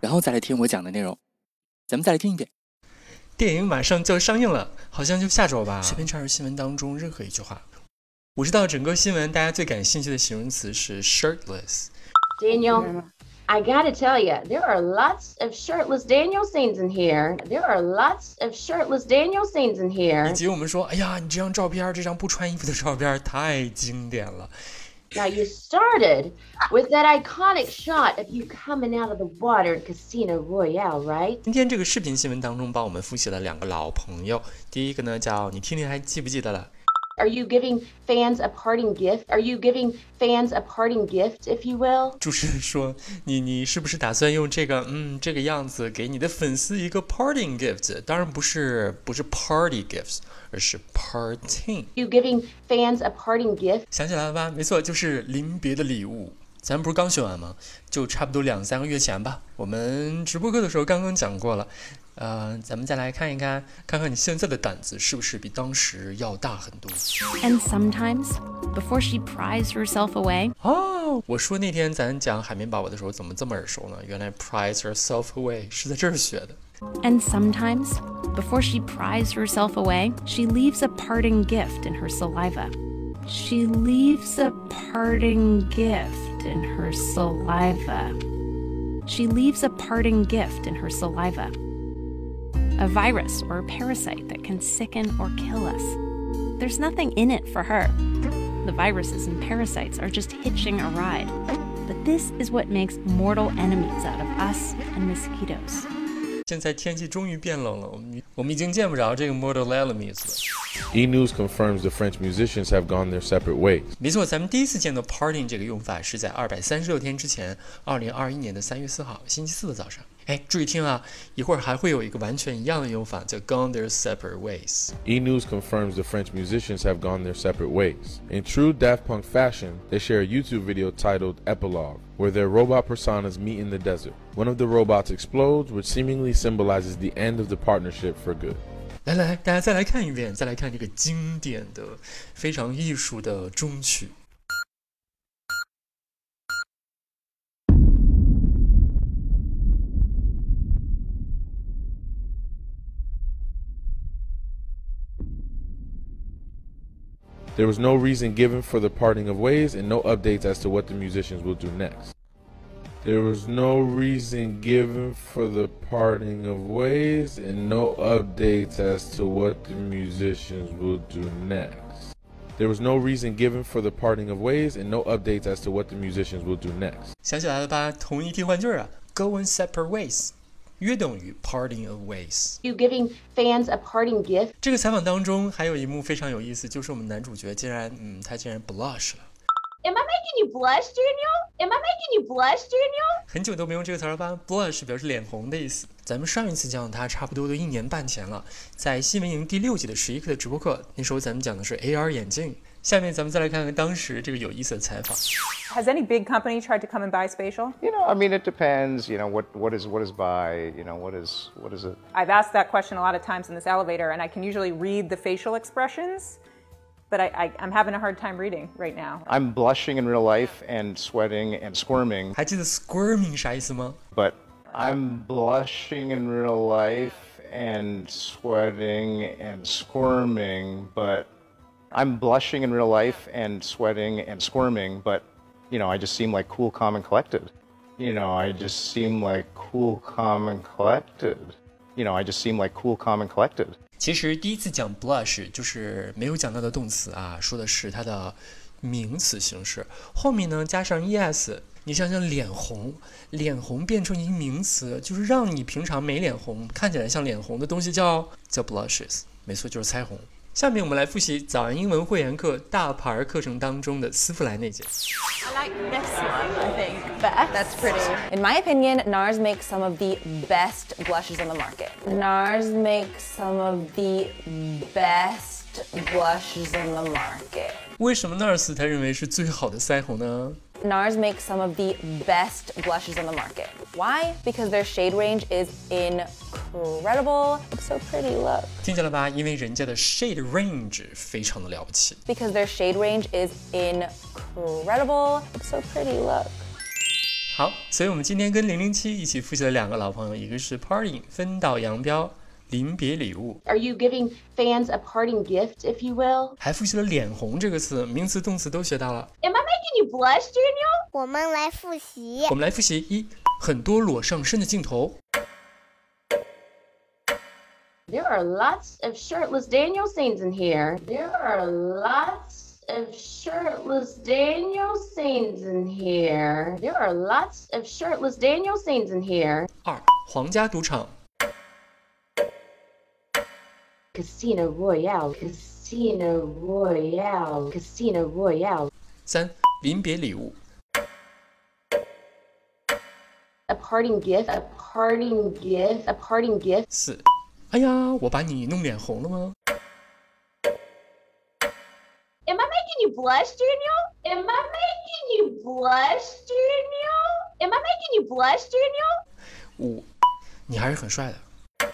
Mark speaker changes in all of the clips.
Speaker 1: 然后再来听我讲的内容。咱们再来听一遍。
Speaker 2: 电影马上就要上映了，好像就下周吧。随便查查新闻当中任何一句话。我知道整个新闻大家最感兴趣的形容词是 shirtless，
Speaker 3: Daniel, I gotta tell you, there are lots of shirtless Daniel scenes in here. There are lots of shirtless Daniel scenes in
Speaker 2: 以
Speaker 3: here.
Speaker 2: 及我们说，哎呀，你这张照片，这张不穿衣服的照片太经典了。
Speaker 3: Now, you started with that iconic shot of you coming out of the water in Casino Royale, right?
Speaker 2: 今天这个视频新闻当中帮我们复习了两个老朋友，第一个呢叫你听听还记不记得了？
Speaker 3: Are you giving fans a parting gift? Are you giving fans a parting gift, if you will?
Speaker 2: 主持人说你你是不是打算用这个嗯这个样子给你的粉丝一个 parting gift？当然不是不是 party gifts，而是 parting。
Speaker 3: You giving fans a parting gift?
Speaker 2: 想起来了吧？没错，就是临别的礼物。咱们不是刚选完吗？就差不多两三个月前吧。我们直播课的时候刚刚讲过了。呃，咱们再来看一看，看看你现在的胆子是不是比当时要大很多
Speaker 4: And sometimes, before she pries herself away,
Speaker 2: 哦！我说那天咱讲海绵宝宝的时候，怎么这么耳熟呢？原来 prize yourself away 是在这儿学的。
Speaker 4: and sometimes, before she pries herself away, she leaves a parting gift in her saliva. She leaves a parting gift in her saliva. She leaves a parting gift in her saliva. A virus or a parasite that can sicken or kill us. There's nothing in it for her. The viruses and parasites are just hitching a ride. But this is what makes mortal enemies out of us and mosquitoes.
Speaker 2: 现在天气终于变冷了，我们我们已经见不着这个 mortal enemies 了。
Speaker 5: E News confirms the French musicians have gone their separate ways.
Speaker 2: 没错，咱们第一次见到 “parting” 这个用法是在二百三十六天之前，二零二一年的三月四号星期四的早上。哎，注意听啊，一会儿还会有一个完全一样的用法，叫 “gone their separate ways”。
Speaker 5: E News confirms the French musicians have gone their separate ways. In true Daft Punk fashion, they share a YouTube video titled Epilogue, where their robot personas meet in the desert. One of the robots explodes, which seemingly symbolizes the end of the partnership for good.
Speaker 2: 来来，大家再来看一遍，再来看这个经典的、非常艺术的中曲。
Speaker 5: There was no reason given for the parting of ways and no updates as to what the musicians will do next. There was no reason given for the parting of ways and no updates as to what the musicians will do next. There was no reason given for the parting of ways and no updates as to what the musicians will do next.
Speaker 2: 想起来了吧？同义替换句儿啊，“go in separate ways”，约等于 “parting of ways”。
Speaker 3: You giving fans a parting gift?
Speaker 2: 这个采访当中还有一幕非常有意思，就是我们男主角竟然，嗯，他竟然 blush 了。
Speaker 3: Am I making you blush, Daniel? Am I making you blush, Daniel?
Speaker 2: 很久都没用这个词儿了吧？Blush 表示脸红的意思。咱们上一次讲它差不多都一年半前了，在新闻营第六季的十一课的直播课，那时候咱们讲的是 AR 眼镜。下面咱们再来看看当时这个有意思的采访。
Speaker 6: Has any big company tried to come and buy Spatial?
Speaker 7: You know, I mean, it depends. You know, what what is what is by? You know, what is what is it?
Speaker 6: I've asked that question a lot of times in this elevator, and I can usually read the facial expressions, but I, I, I'm having a hard time reading right now.
Speaker 7: I'm blushing in real life and sweating and squirming,
Speaker 2: 还记得 squirming 啥意思吗？
Speaker 7: but I'm blushing in real life and sweating and squirming, but I'm blushing in real life and sweating and squirming, but you know, I just seem like cool, calm, and collected. You know, I just seem like cool, calm, and collected. You know, I just seem like cool, calm, and collected.
Speaker 2: 其实第一次讲 blush 就是没有讲到的动词啊，说的是它的名词形式，后面呢加上 es。你想想，脸红，脸红变成一个名词，就是让你平常没脸红，看起来像脸红的东西叫叫 blushes，没错，就是腮红。下面我们来复习早安英文会员课大牌课程当中的丝芙兰那节。
Speaker 8: I like this one. I think effect. That's pretty. In my opinion, NARS makes some of the best blushes on the market. NARS makes some of the best blushes on the market.
Speaker 2: 为什么 NARS 他认为是最好的腮红呢？
Speaker 8: NARS makes some of the best blushes on the market. Why? Because their shade range is incredible. It's so pretty, look.
Speaker 2: 听见了吧？因为人家的 shade range 非常的了不起。
Speaker 8: Because their shade range is incredible. It's so pretty, look.
Speaker 2: 好，所以我们今天跟零零七一起复习了两个老朋友，一个是 partying 分道扬镳，临别礼物，
Speaker 3: Are you giving fans a parting gift, if you will?
Speaker 2: 还复习了脸红这个词，名词动词都学到了。
Speaker 3: Am I making you blush, Daniel?
Speaker 9: 我们来复习
Speaker 2: 我们来复习一，很多裸上身的镜头；
Speaker 3: There are lots of shirtless Daniel scenes in here. There are lots of shirtless Daniel scenes in here. There are lots of shirtless Daniel scenes in here.
Speaker 2: 二，皇家赌场；
Speaker 3: Casino Royale, Casino Royale, Casino Royale.
Speaker 2: 三，临别礼物；
Speaker 3: A parting gift, a parting gift, a parting gift.
Speaker 2: 四，哎呀，我把你弄脸红了吗？
Speaker 3: Am I making you blush, Daniel? Am I making you blush, Daniel? Am I making you blush, Daniel?
Speaker 2: 五，你还是很帅的。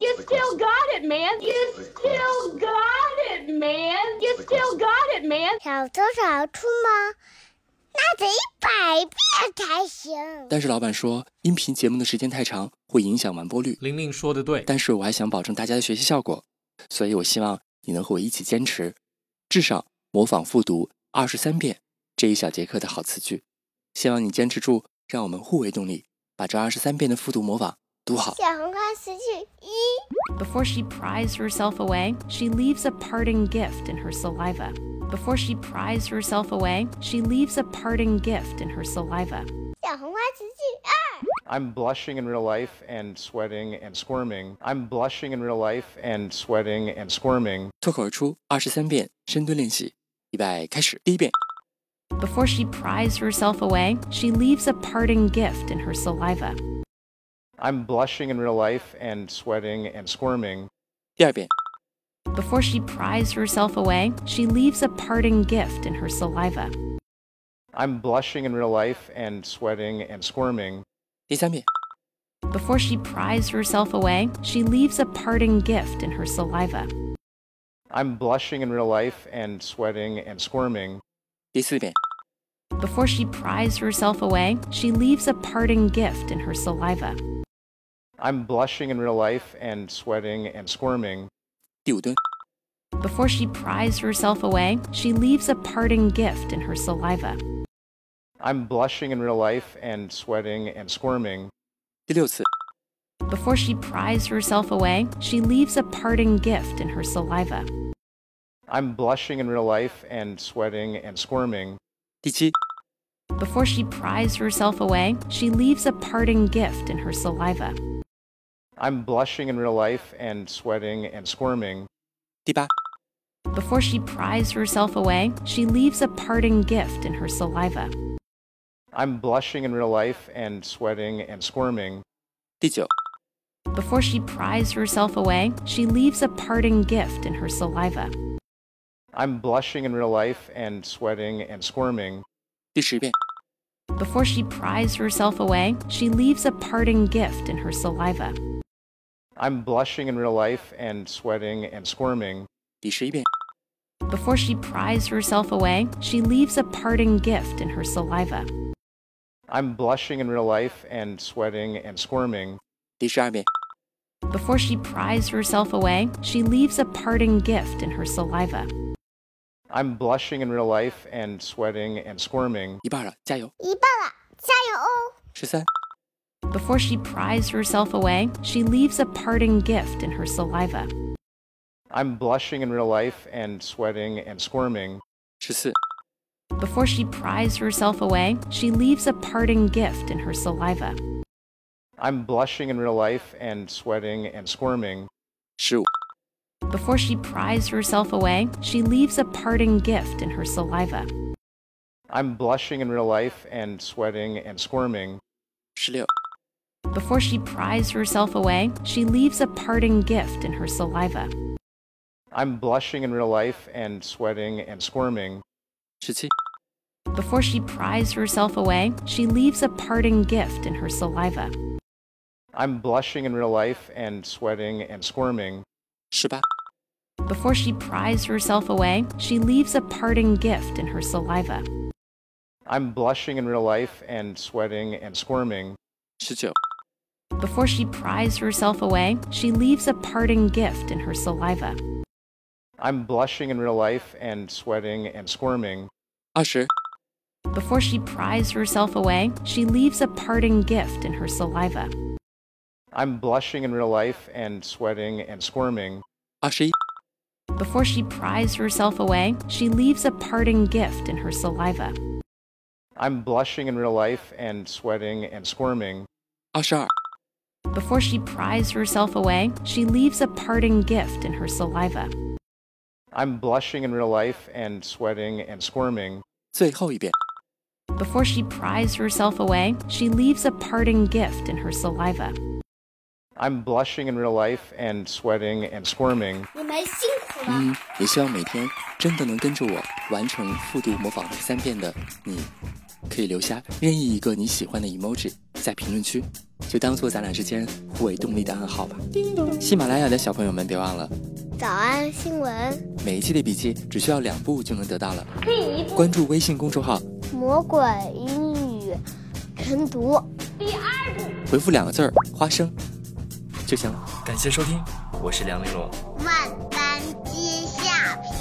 Speaker 3: You still got it, man. You still got it, man. You still got it, man.
Speaker 9: 小偷小兔吗？那得一百遍才行。
Speaker 1: 但是老板说，音频节目的时间太长，会影响完播率。
Speaker 10: 玲玲说的对，
Speaker 1: 但是我还想保证大家的学习效果，所以我希望你能和我一起坚持，至少模仿复读二十三遍这一小节课的好词句。希望你坚持住，让我们互为动力，把这二十三遍的复读模仿读好。
Speaker 9: 小红花词句一，
Speaker 4: Before she pries herself away, she leaves a parting gift in her saliva. Before she pries herself away, she leaves a parting gift in her saliva.
Speaker 9: 小红花词句二，
Speaker 7: I'm blushing in real life and sweating and squirming. I'm blushing in real life and sweating and squirming.
Speaker 1: 脱口而出二十三遍深蹲练习，预备开始。第一遍，
Speaker 4: Before she pries herself away, she leaves a parting gift in her saliva.
Speaker 7: I'm blushing in real life and sweating and squirming.
Speaker 1: 第二遍，
Speaker 4: Before she pries herself away, she leaves a parting gift in her saliva.
Speaker 7: I'm blushing in real life and sweating and squirming.
Speaker 1: 第三遍，
Speaker 4: Before she pries herself away, she leaves a parting gift in her saliva.
Speaker 7: I'm blushing in real life and sweating and squirming.
Speaker 1: 第四遍，
Speaker 4: Before she pries herself away, she leaves a parting gift in her saliva.
Speaker 7: I'm blushing in real life and sweating and squirming.
Speaker 1: 第五蹲，
Speaker 4: Before she pries herself away, she leaves a parting gift in her saliva.
Speaker 7: I'm blushing in real life and sweating and squirming.
Speaker 1: 第六次，
Speaker 4: Before she pries herself away, she leaves a parting gift in her saliva.
Speaker 7: I'm blushing in real life and sweating and squirming.
Speaker 1: 第七、
Speaker 4: Before she pries herself away, she leaves a parting gift in her saliva.
Speaker 7: I'm blushing in real life and sweating and squirming.
Speaker 1: 第八、
Speaker 4: Before she pries herself away, she leaves a parting gift in her saliva.
Speaker 7: I'm blushing in real life and sweating and squirming.
Speaker 1: 第九、
Speaker 4: Before she pries herself away, she leaves a parting gift in her saliva.
Speaker 7: I'm blushing in real life and sweating and squirming.
Speaker 1: 第十遍、
Speaker 4: Before she pries herself away, she leaves a parting gift in her saliva.
Speaker 7: I'm blushing in real life and sweating and squirming.
Speaker 1: 第十一遍、
Speaker 4: Before she pries herself away, she leaves a parting gift in her saliva.
Speaker 7: I'm blushing in real life and sweating and squirming.
Speaker 1: 第十二遍、
Speaker 4: Before she pries herself away, she leaves a parting gift in her saliva.
Speaker 7: I'm blushing in real life and sweating and squirming.
Speaker 1: 一半了，加油！
Speaker 9: 一半了，加油哦！
Speaker 1: 十三、
Speaker 4: Before she pries herself away, she leaves a parting gift in her saliva.
Speaker 7: I'm blushing in real life and sweating and squirming.
Speaker 1: 十四、
Speaker 4: Before she pries herself away, she leaves a parting gift in her saliva.
Speaker 7: I'm blushing in real life and sweating and squirming.
Speaker 1: 十五、
Speaker 4: Before she pries herself away, she leaves a parting gift in her saliva.
Speaker 7: I'm blushing in real life and sweating and squirming.
Speaker 1: 十六、
Speaker 4: Before she pries herself away, she leaves a parting gift in her saliva.
Speaker 7: I'm blushing in real life and sweating and squirming.
Speaker 1: 十七、
Speaker 4: Before she pries herself away, she leaves a parting gift in her saliva.
Speaker 7: I'm blushing in real life and sweating and squirming.
Speaker 1: 十八、
Speaker 4: Before she pries herself away, she leaves a parting gift in her saliva.
Speaker 7: I'm blushing in real life and sweating and squirming.
Speaker 1: 十九、
Speaker 4: Before she pries herself away, she leaves a parting gift in her saliva.
Speaker 7: I'm blushing in real life and sweating and squirming.
Speaker 1: 二十、
Speaker 4: Before she pries herself away, she leaves a parting gift in her saliva.
Speaker 7: I'm blushing in real life and sweating and squirming.
Speaker 1: 二十一、
Speaker 4: Before she pries herself away, she leaves a parting gift in her saliva.
Speaker 7: I'm blushing in real life and sweating and squirming.
Speaker 1: 二十二、
Speaker 4: Before she pries herself away, she leaves a parting gift in her saliva.
Speaker 7: I'm blushing in real life and sweating and squirming.
Speaker 1: 最后一遍。
Speaker 4: Before she pries herself away, she leaves a parting gift in her saliva.
Speaker 7: I'm blushing in real life and sweating and squirming.
Speaker 9: 你们辛苦了。
Speaker 1: 嗯，也希望每天真的能跟着我完成复读模仿十三遍的你，可以留下任意一个你喜欢的 emoji 在评论区，就当做咱俩之间互为动力的暗号吧。叮咚！喜马拉雅的小朋友们，别忘了
Speaker 11: 早安新闻，
Speaker 1: 每一期的笔记只需要两步就能得到了。
Speaker 9: 可以一步
Speaker 1: 关注微信公众号，
Speaker 11: 魔鬼英语晨读。
Speaker 9: 第二步。
Speaker 1: 回复两个字儿“花生”就行了。感谢收听，我是梁玲珑。
Speaker 9: 万般皆下品，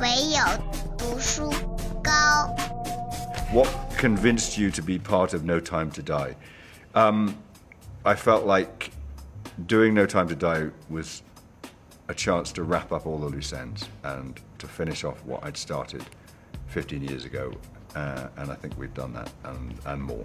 Speaker 9: 唯有读书高。
Speaker 10: What convinced you to be part of No Time to Die? Um, I felt like doing No Time to Die was a chance to wrap up all the loose ends and to finish off what I'd started 15 years ago. Uh, and I think we've done that and, and more.